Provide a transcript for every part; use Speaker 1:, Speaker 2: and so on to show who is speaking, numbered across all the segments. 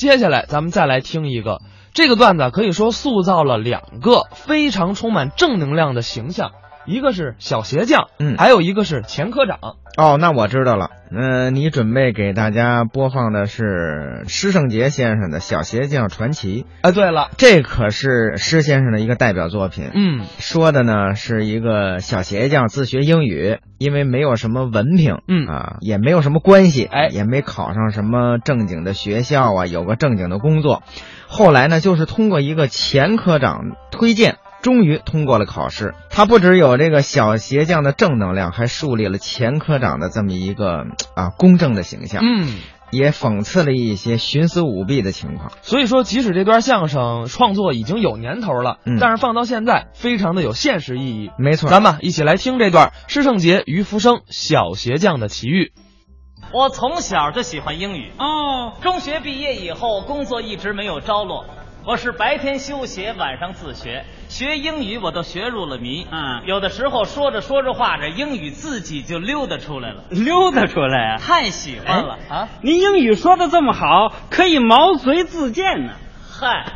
Speaker 1: 接下来咱们再来听一个，这个段子啊可以说塑造了两个非常充满正能量的形象，一个是小鞋匠，
Speaker 2: 嗯
Speaker 1: 还有一个是前科长。
Speaker 2: 哦，那我知道了。嗯、你准备给大家播放的是施圣杰先生的《小鞋匠传奇》，
Speaker 1: 哎，对了，
Speaker 2: 这可是施先生的一个代表作品。
Speaker 1: 嗯，
Speaker 2: 说的呢是一个小鞋匠自学英语，因为没有什么文凭，
Speaker 1: 嗯
Speaker 2: 啊，也没有什么关系，
Speaker 1: 哎
Speaker 2: 也没考上什么正经的学校啊，有个正经的工作。后来呢，就是通过一个前科长推荐。终于通过了考试，他不只有这个小鞋匠的正能量，还树立了前科长的这么一个啊公正的形象，
Speaker 1: 嗯，
Speaker 2: 也讽刺了一些徇私舞弊的情况。
Speaker 1: 所以说即使这段相声创作已经有年头了，
Speaker 2: 嗯
Speaker 1: 但是放到现在非常的有现实意义。
Speaker 2: 没错，
Speaker 1: 咱们一起来听这段施圣杰、于福生《小鞋匠的奇遇》。
Speaker 3: 我从小就喜欢英语，
Speaker 4: 哦，
Speaker 3: 中学毕业以后工作一直没有着落。我是白天休学，晚上自学，学英语我都学入了迷。
Speaker 4: 嗯
Speaker 3: 有的时候说着说着话，这英语自己就溜达出来了，
Speaker 4: 溜达出来啊！
Speaker 3: 太喜欢了、啊！
Speaker 4: 您英语说的这么好，可以毛遂自荐呢、
Speaker 3: 嗨，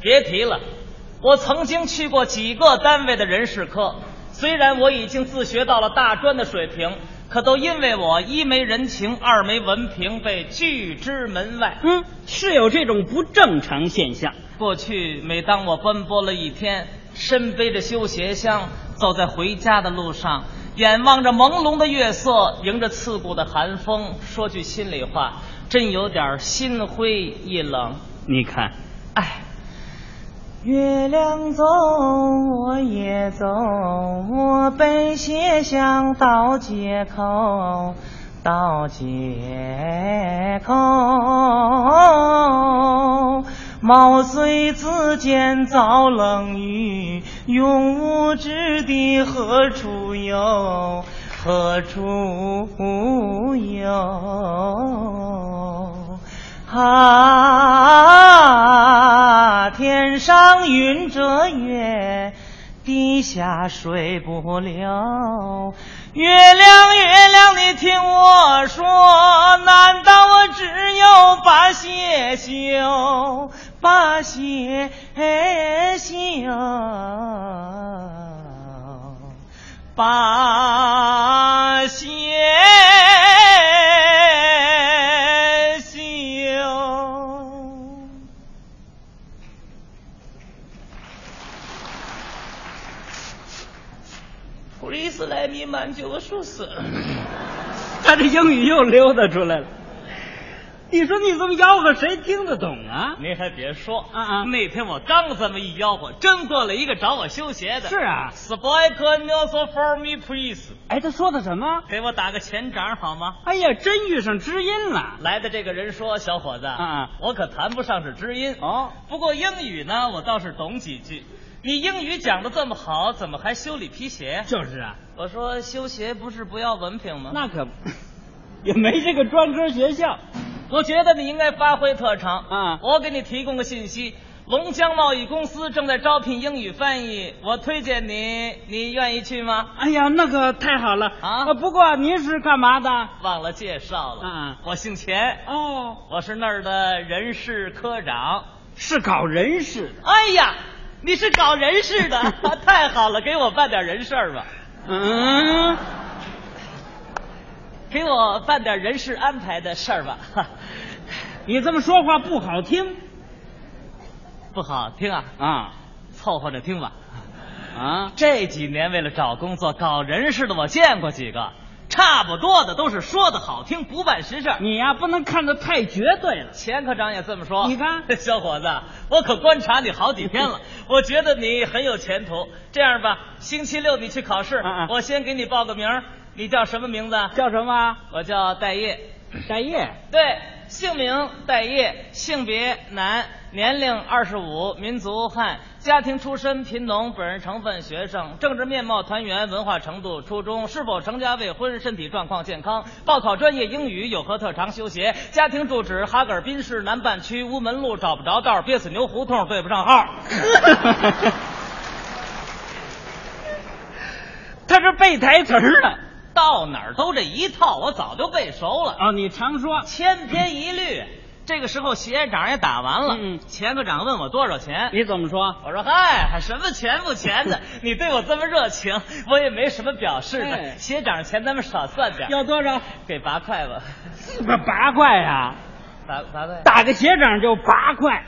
Speaker 3: 别提了，我曾经去过几个单位的人事科，虽然我已经自学到了大专的水平，可都因为我一没人情，二没文凭，被拒之门外。
Speaker 4: 嗯，是有这种不正常现象。
Speaker 3: 过去每当我奔波了一天，身背着修鞋箱，走在回家的路上，眼望着朦胧的月色，迎着刺骨的寒风，说句心里话，真有点心灰意冷。
Speaker 4: 你看，
Speaker 3: 哎，月亮走，我也走，我背鞋箱到街口，到街口，毛遂自荐遭冷遇，永无知地何处有？何处有？啊，天上云遮月，地下水不流。月亮，月亮，你听我说，难道我只有把鞋修，把鞋修？把鞋修。Please let me 满九个数字。
Speaker 4: 他这英语又溜达出来了。你说你这么吆喝，谁听得懂啊？
Speaker 3: 您还别说
Speaker 4: 啊啊
Speaker 3: 那天我刚这么一吆喝，真过来一个找我修鞋的。
Speaker 4: 是啊，
Speaker 3: ，Spike and also for me please，
Speaker 4: 哎，他说的什么？
Speaker 3: 给我打个前掌好吗？
Speaker 4: 哎呀，真遇上知音了。
Speaker 3: 来的这个人说：“小伙子，
Speaker 4: 啊
Speaker 3: 我可谈不上是知音
Speaker 4: 哦，
Speaker 3: 不过英语呢，我倒是懂几句。你英语讲的这么好，怎么还修理皮鞋？
Speaker 4: 就是啊，
Speaker 3: 我说修鞋不是不要文凭吗？
Speaker 4: 那可也没这个专科学校。
Speaker 3: 我觉得你应该发挥特长
Speaker 4: 啊
Speaker 3: 我给你提供个信息，龙江贸易公司正在招聘英语翻译，我推荐你，你愿意去吗？
Speaker 4: 哎呀，那可太好了
Speaker 3: 啊
Speaker 4: 不过您是干嘛的？
Speaker 3: 忘了介绍了，
Speaker 4: 啊
Speaker 3: 我姓钱，
Speaker 4: 哦，
Speaker 3: 我是那儿的人事科长。
Speaker 4: 是搞人事的。
Speaker 3: 哎呀，你是搞人事 的，太好了，给我办点人事儿吧，
Speaker 4: 嗯，
Speaker 3: 给我办点人事安排的事儿吧。
Speaker 4: 你这么说话不好听
Speaker 3: 不好听啊，
Speaker 4: 啊
Speaker 3: 凑合着听吧。
Speaker 4: 啊！
Speaker 3: 这几年为了找工作，搞人事的我见过几个，差不多的都是说的好听，不办实事儿。
Speaker 4: 你呀、不能看得太绝对了。
Speaker 3: 钱科长也这么说。
Speaker 4: 你看
Speaker 3: 小伙子，我可观察你好几 天了，我觉得你很有前途。这样吧，星期六你去考试，
Speaker 4: 啊啊
Speaker 3: 我先给你报个名儿。你叫什么名字？
Speaker 4: 叫什么？
Speaker 3: 我叫戴业。
Speaker 4: 待业。
Speaker 3: 对，姓名戴业，性别男，年龄二十五，民族汉，家庭出身贫农，本人成分学生，政治面貌团圆，文化程度初中，是否成家未婚，身体状况健康，报考专业英语，有何特长修鞋，家庭住址哈尔滨市南半区乌门路，找不着道，憋死牛胡同，对不上 号。
Speaker 4: 他是背台词儿呢。
Speaker 3: 到哪儿都这一套，我早就背熟了，
Speaker 4: 哦，你常说
Speaker 3: 千篇一律。
Speaker 4: 这个时候斜掌也打完了，
Speaker 5: 嗯
Speaker 4: 前科长问我多少钱。
Speaker 5: 你怎么说？
Speaker 4: 我说嗨，还什么钱不钱 的？你对我这么热情，我也没什么表示
Speaker 5: 哎
Speaker 4: 的。斜掌钱咱们少算点儿，
Speaker 5: 要多少？
Speaker 4: 给八块 吧，
Speaker 5: 八八块呀、
Speaker 4: 八八块。
Speaker 5: 打个斜掌就八块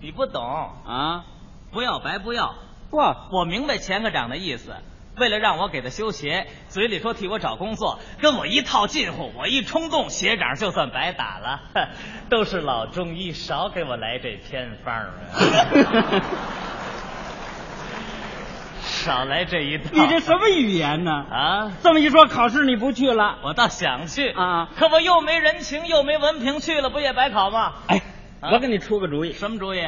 Speaker 4: 你不懂，
Speaker 5: 啊！
Speaker 4: 不要白不要。
Speaker 5: 哇，
Speaker 4: 我明白钱科长的意思，为了让我给他修鞋，嘴里说替我找工作，跟我一套近乎，我一冲动，鞋掌就算白打了。哼都是老中医，少给我来这偏方儿啊，少来这一套。
Speaker 5: 你这什么语言呢？
Speaker 4: 啊，
Speaker 5: 这么一说，考试你不去了？
Speaker 4: 我倒想去
Speaker 5: 啊
Speaker 4: 可我又没人情，又没文凭，去了不也白考吗？
Speaker 5: 哎，
Speaker 4: 啊
Speaker 5: 我给你出个主意，
Speaker 4: 什么主意？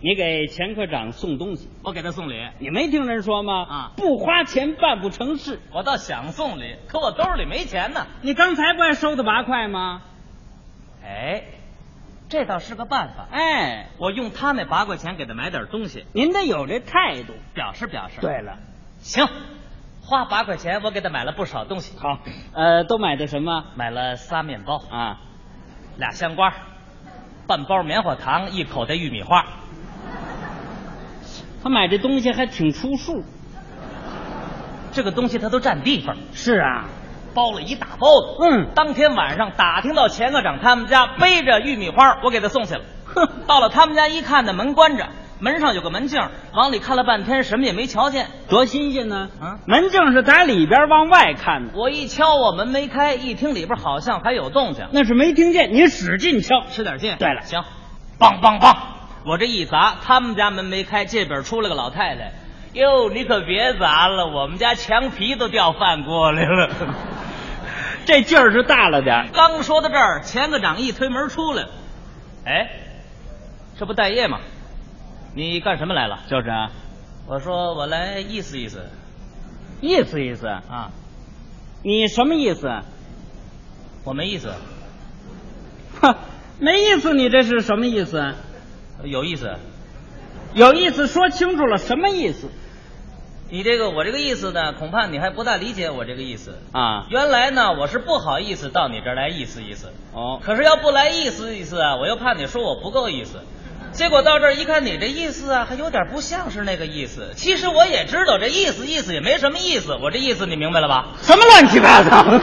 Speaker 5: 你给钱科长送东西，
Speaker 4: 我给他送礼。
Speaker 5: 你没听人说吗？
Speaker 4: 啊
Speaker 5: 不花钱办不成事。
Speaker 4: 我倒想送礼，可我兜里没钱呢。
Speaker 5: 你刚才不还收的八块吗？
Speaker 4: 哎，这倒是个办法。
Speaker 5: 哎，
Speaker 4: 我用他那八块钱给他买点东西，
Speaker 5: 您得有这态度。
Speaker 4: 表示表示。，
Speaker 5: 对了，
Speaker 4: 行，花八块钱，我给他买了不少东西，
Speaker 5: 好，呃，都买的什么
Speaker 4: 买了仨面包，
Speaker 5: 啊？
Speaker 4: 俩香瓜，半包棉花糖，一口袋玉米花。
Speaker 5: 他买这东西还挺出数。
Speaker 4: 这个东西他都占地方，
Speaker 5: 是啊，
Speaker 4: 包了一大包子。
Speaker 5: 嗯
Speaker 4: 当天晚上打听到钱科长他们家，背着玉米花，我给他送去了。
Speaker 5: 哼，
Speaker 4: 到了他们家一看，那门关着，门上有个门镜，往里看了半天，什么也没瞧见。
Speaker 5: 多新鲜呢！
Speaker 4: 啊
Speaker 5: 门正是打里边往外看的，
Speaker 4: 我一敲，我门没开，一听里边好像还有动静。
Speaker 5: 那是没听见。您使劲敲，
Speaker 4: 使点劲。
Speaker 5: 对了
Speaker 4: 行，梆梆梆！我这一砸，他们家门没开，这边出来个老太太。哟，你可别砸了，我们家墙皮都掉饭锅里了。
Speaker 5: 这劲儿是大了点儿。
Speaker 4: 刚说到这儿，钱科长一推门出来，哎，这不待业吗？你干什么来了？
Speaker 5: 就是啊，
Speaker 4: 我说我来意思意思
Speaker 5: 意思意思，
Speaker 4: 啊，
Speaker 5: 你什么意思？
Speaker 4: 我没意思，
Speaker 5: 哼，没意思，你这是什么意思？啊
Speaker 4: 有意思。
Speaker 5: 有意思，说清楚了，什么意思
Speaker 4: 你这个我这个意思呢，恐怕你还不大理解我这个意思。
Speaker 5: 啊？
Speaker 4: 原来呢，我是不好意思到你这儿来意思意思。
Speaker 5: 哦，
Speaker 4: 可是要不来意思意思啊，我又怕你说我不够意思。结果到这儿一看，你这意思啊，还有点不像是那个意思。其实我也知道这意思意思也没什么意思，我这意思你明白了吧？
Speaker 5: 什么乱七八糟？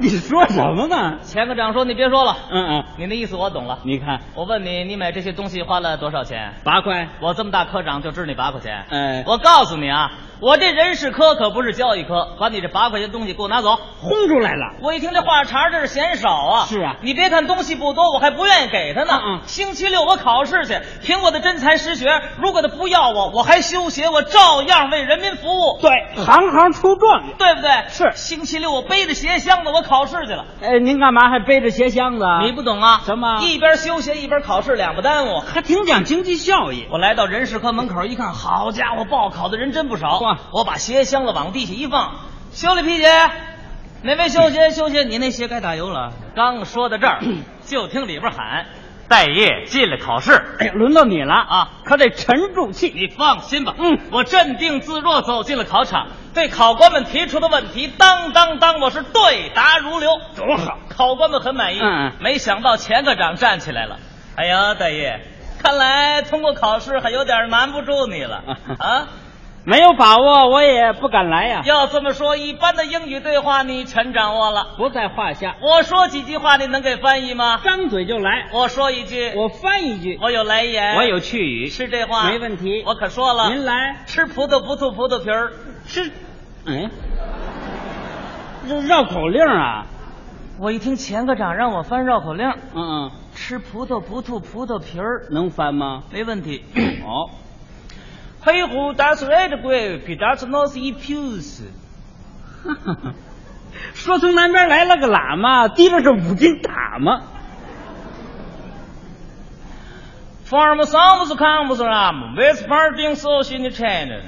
Speaker 5: 你说什么呢？
Speaker 4: 钱科长说你别说了，
Speaker 5: 嗯嗯，
Speaker 4: 你那意思我懂了。
Speaker 5: 你看
Speaker 4: 我问你，你买这些东西花了多少钱？
Speaker 5: 八块，
Speaker 4: 我这么大科长就知你八块钱。
Speaker 5: 哎
Speaker 4: 我告诉你啊，我这人事科可不是交易科，把你这八块钱东西给我拿走。
Speaker 5: 轰出来了。
Speaker 4: 我一听这话茬儿，这是嫌少啊！
Speaker 5: 是啊
Speaker 4: 你别看东西不多，我还不愿意给他呢。
Speaker 5: 嗯嗯
Speaker 4: 星期六我考试去，凭我的真才实学，如果他不要我，我还休学，我照样为人民服务，
Speaker 5: 对，行行出状元。
Speaker 4: 对不对？
Speaker 5: 是
Speaker 4: 星期六我背着鞋箱子我考试去了，
Speaker 5: 哎，您干嘛还背着鞋箱子啊？
Speaker 4: 你不懂啊？
Speaker 5: 什么
Speaker 4: 一边休学一边考试，两不耽误。
Speaker 5: 还挺讲经济效益。
Speaker 4: 我来到人事科门口一看，好家伙，报考的人真不少
Speaker 5: 哇。
Speaker 4: 我把鞋箱子往地下一放，修理皮鞋，哪位修鞋？修鞋，你那鞋该打油了。刚说到这 儿，就听里边喊：“待业进了考试。
Speaker 5: 哎呀，轮到你了
Speaker 4: 啊！
Speaker 5: 可得沉住”气。
Speaker 4: 你放心吧，
Speaker 5: 嗯
Speaker 4: 我镇定自若走进了考场，对考官们提出的问题，当当当，我是对答如流，
Speaker 5: 多好！
Speaker 4: 考官们很满意。
Speaker 5: 嗯嗯
Speaker 4: 没想到钱科长站起来了。哎呀，大爷，看来通过考试还有点难不住你 了啊！
Speaker 5: 没有把握，我也不敢来呀、
Speaker 4: 要这么说，一般的英语对话你全掌握了。
Speaker 5: 不在话下，
Speaker 4: 我说几句话，你能给翻译吗？
Speaker 5: 张嘴就来。
Speaker 4: 我说一句，
Speaker 5: 我翻一句，
Speaker 4: 我有来言，
Speaker 5: 我有去语。
Speaker 4: 是这话
Speaker 5: 没问题
Speaker 4: 我可说了，
Speaker 5: 您来
Speaker 4: 吃葡萄不吐葡萄皮儿。
Speaker 5: 吃，哎，这绕口令啊，
Speaker 4: 我一听钱科长让我翻绕口令，
Speaker 5: 嗯，
Speaker 4: 吃葡萄不吐葡萄皮儿，
Speaker 5: 能翻吗？
Speaker 4: 没问 题。
Speaker 5: 哦，
Speaker 4: 黑虎 that's red grape, that's not a piece。
Speaker 5: 说从南边来了个喇嘛，提着是五斤塔嘛。
Speaker 4: From some comes from, with parting so she in China.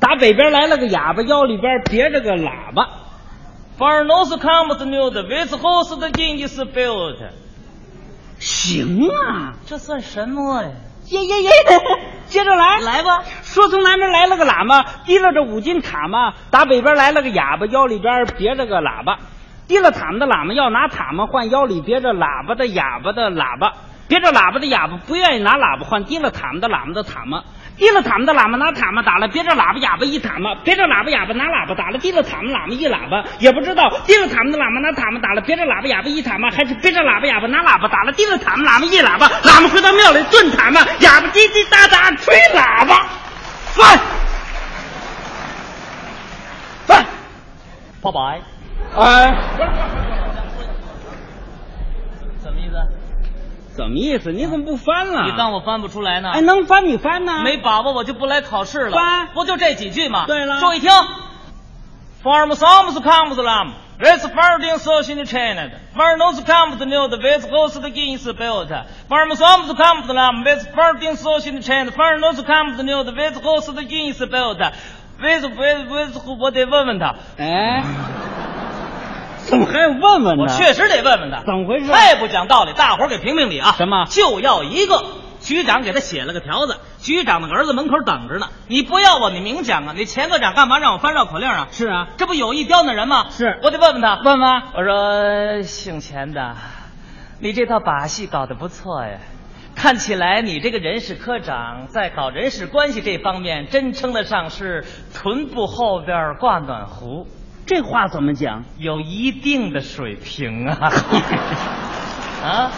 Speaker 5: 打北边来了个哑巴，腰里边别着个喇叭。
Speaker 4: For no comes new, with host the king is built。
Speaker 5: 行啊，
Speaker 4: 这算什么呀？
Speaker 5: 耶耶耶，接着来。
Speaker 4: 来吧，
Speaker 5: 说从南边来了个喇嘛，提了着五斤塔嘛，打北边来了个哑巴，腰里边别着个喇叭。提了塔们的喇嘛要拿塔嘛换腰里别着喇叭的哑巴的喇叭，别着喇叭的哑巴不愿意拿喇叭换提了塔们的喇嘛的塔嘛，提了塔们的喇嘛拿塔嘛打了别着喇叭哑巴一塔嘛，别着喇叭哑巴拿喇叭打了提了塔们喇嘛一喇叭，也不知道提了塔们的喇嘛拿塔嘛打了别着喇叭哑巴一塔嘛，还是别着喇叭哑巴拿喇叭打了提了塔们喇嘛一喇叭，喇嘛回到庙里顿塔嘛，哑巴滴滴答答吹喇叭，翻翻。
Speaker 4: 拜拜。
Speaker 5: 哎，
Speaker 4: 什么意思？
Speaker 5: 怎么意思？你怎么不翻了？
Speaker 4: 你当我翻不出来呢？
Speaker 5: 哎，能翻你翻呢？
Speaker 4: 没把握我就不来考试了。
Speaker 5: 翻
Speaker 4: 不就这几句吗？
Speaker 5: 对了
Speaker 4: 注意听，Form soms comes lam。Res farding social chained, var nos comes nude, ves goes the gins built. Var soms comes lam, ves farding social chained, var nos comes nude, ves goes the gins built. Ves ves ves，我得问问他，
Speaker 5: 哎，怎么还要问问呢？
Speaker 4: 我确实得问问他，
Speaker 5: 怎么回事
Speaker 4: 太不讲道理，大伙儿给评评理啊！
Speaker 5: 什么
Speaker 4: 就要一个。局长给他写了个条子，局长的儿子门口等着呢。你不要我，你明讲啊！你前科长干嘛让我翻绕口令啊？
Speaker 5: 是啊，
Speaker 4: 这不有意刁难人吗？
Speaker 5: 是
Speaker 4: 我得问问他。
Speaker 5: 问吧。
Speaker 4: 我说，姓钱的，你这套把戏搞得不错呀。看起来你这个人事科长在搞人事关系这方面，真称得上是臀部后边挂暖壶，
Speaker 5: 这话怎么讲？
Speaker 4: 有一定的水平啊！ 啊，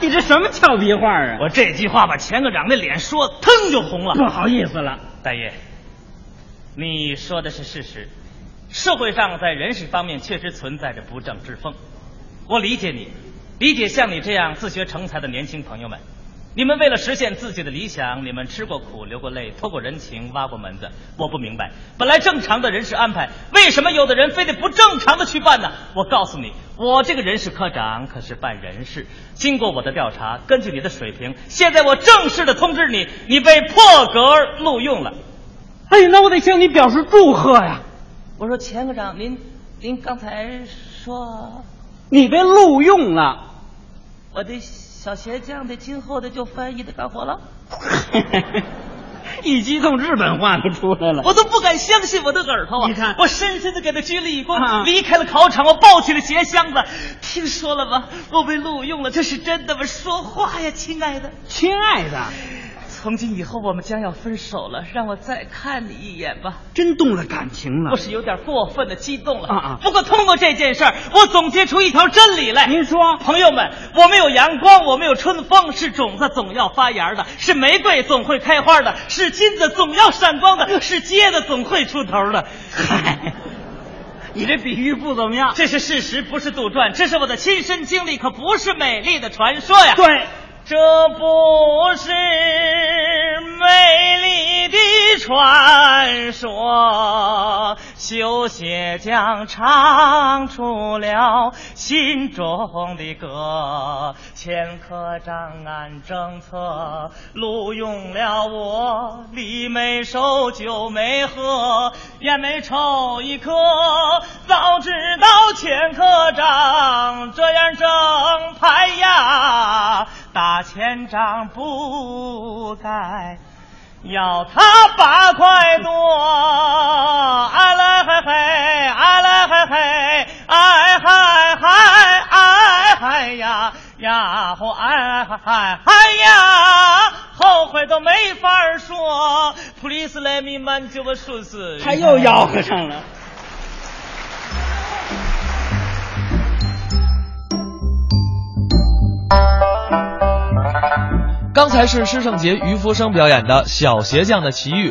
Speaker 5: 你这什么俏皮话啊？
Speaker 4: 我这句话把钱科长的脸说腾就红了。
Speaker 5: 不好意思了。
Speaker 4: 大爷，你说的是事实，社会上在人事方面确实存在着不正之风。我理解你，理解像你这样自学成才的年轻朋友们，你们为了实现自己的理想，你们吃过苦、流过泪、偷过人情、挖过门子。我不明白，本来正常的人事安排，为什么有的人非得不正常的去办呢？我告诉你，我这个人事科长可是办人事，经过我的调查，根据你的水平，现在我正式的通知你，你被破格录用了。
Speaker 5: 哎呀，那我得向你表示祝贺呀！
Speaker 4: 我说钱科长，您您刚才说
Speaker 5: 你被录用了。
Speaker 4: 我的小鞋匠的今后的就翻译的干活了，
Speaker 5: 一激动，日本话都出来了。
Speaker 4: 我都不敢相信我的耳朵啊！
Speaker 5: 你看
Speaker 4: 我深深的给他鞠了一躬，
Speaker 5: 啊
Speaker 4: 离开了考场，我抱起了鞋箱子。听说了吗？我被录用了，这是真的吗？说话呀，亲爱的！
Speaker 5: 亲爱的，
Speaker 4: 从今以后我们将要分手了，让我再看你一眼吧。
Speaker 5: 真动了感情了
Speaker 4: 我。是有点过分的激动了
Speaker 5: 啊啊
Speaker 4: 不过通过这件事儿，我总结出一条真理来。
Speaker 5: 您说
Speaker 4: 朋友们，我们有阳光，我们有春风，是种子总要发芽的，是玫瑰总会开花的，是金子总要闪光
Speaker 5: 呃
Speaker 4: 的，是疖子总会出头的。嗨，
Speaker 5: 你这比喻不怎么样。
Speaker 4: 这是事实，不是杜撰，这是我的亲身经历，可不是美丽的传说呀。
Speaker 5: 对，
Speaker 4: 这不是美丽的传说，修鞋匠唱出了心中的歌。前科长按政策录用了我，礼没收，酒没喝，烟没抽一颗。早知道前科长这样正派呀，打前仗不该。要他八块多，哎来嗨嗨，哎来嗨嗨，哎嗨嗨，哎嗨呀呀吼，哎嗨嗨嗨呀，后悔都没法说。Please let me man 就我顺死。
Speaker 5: 他又吆喝上了。
Speaker 1: 刚才是施圣杰、于福生表演的《小鞋匠的奇遇》，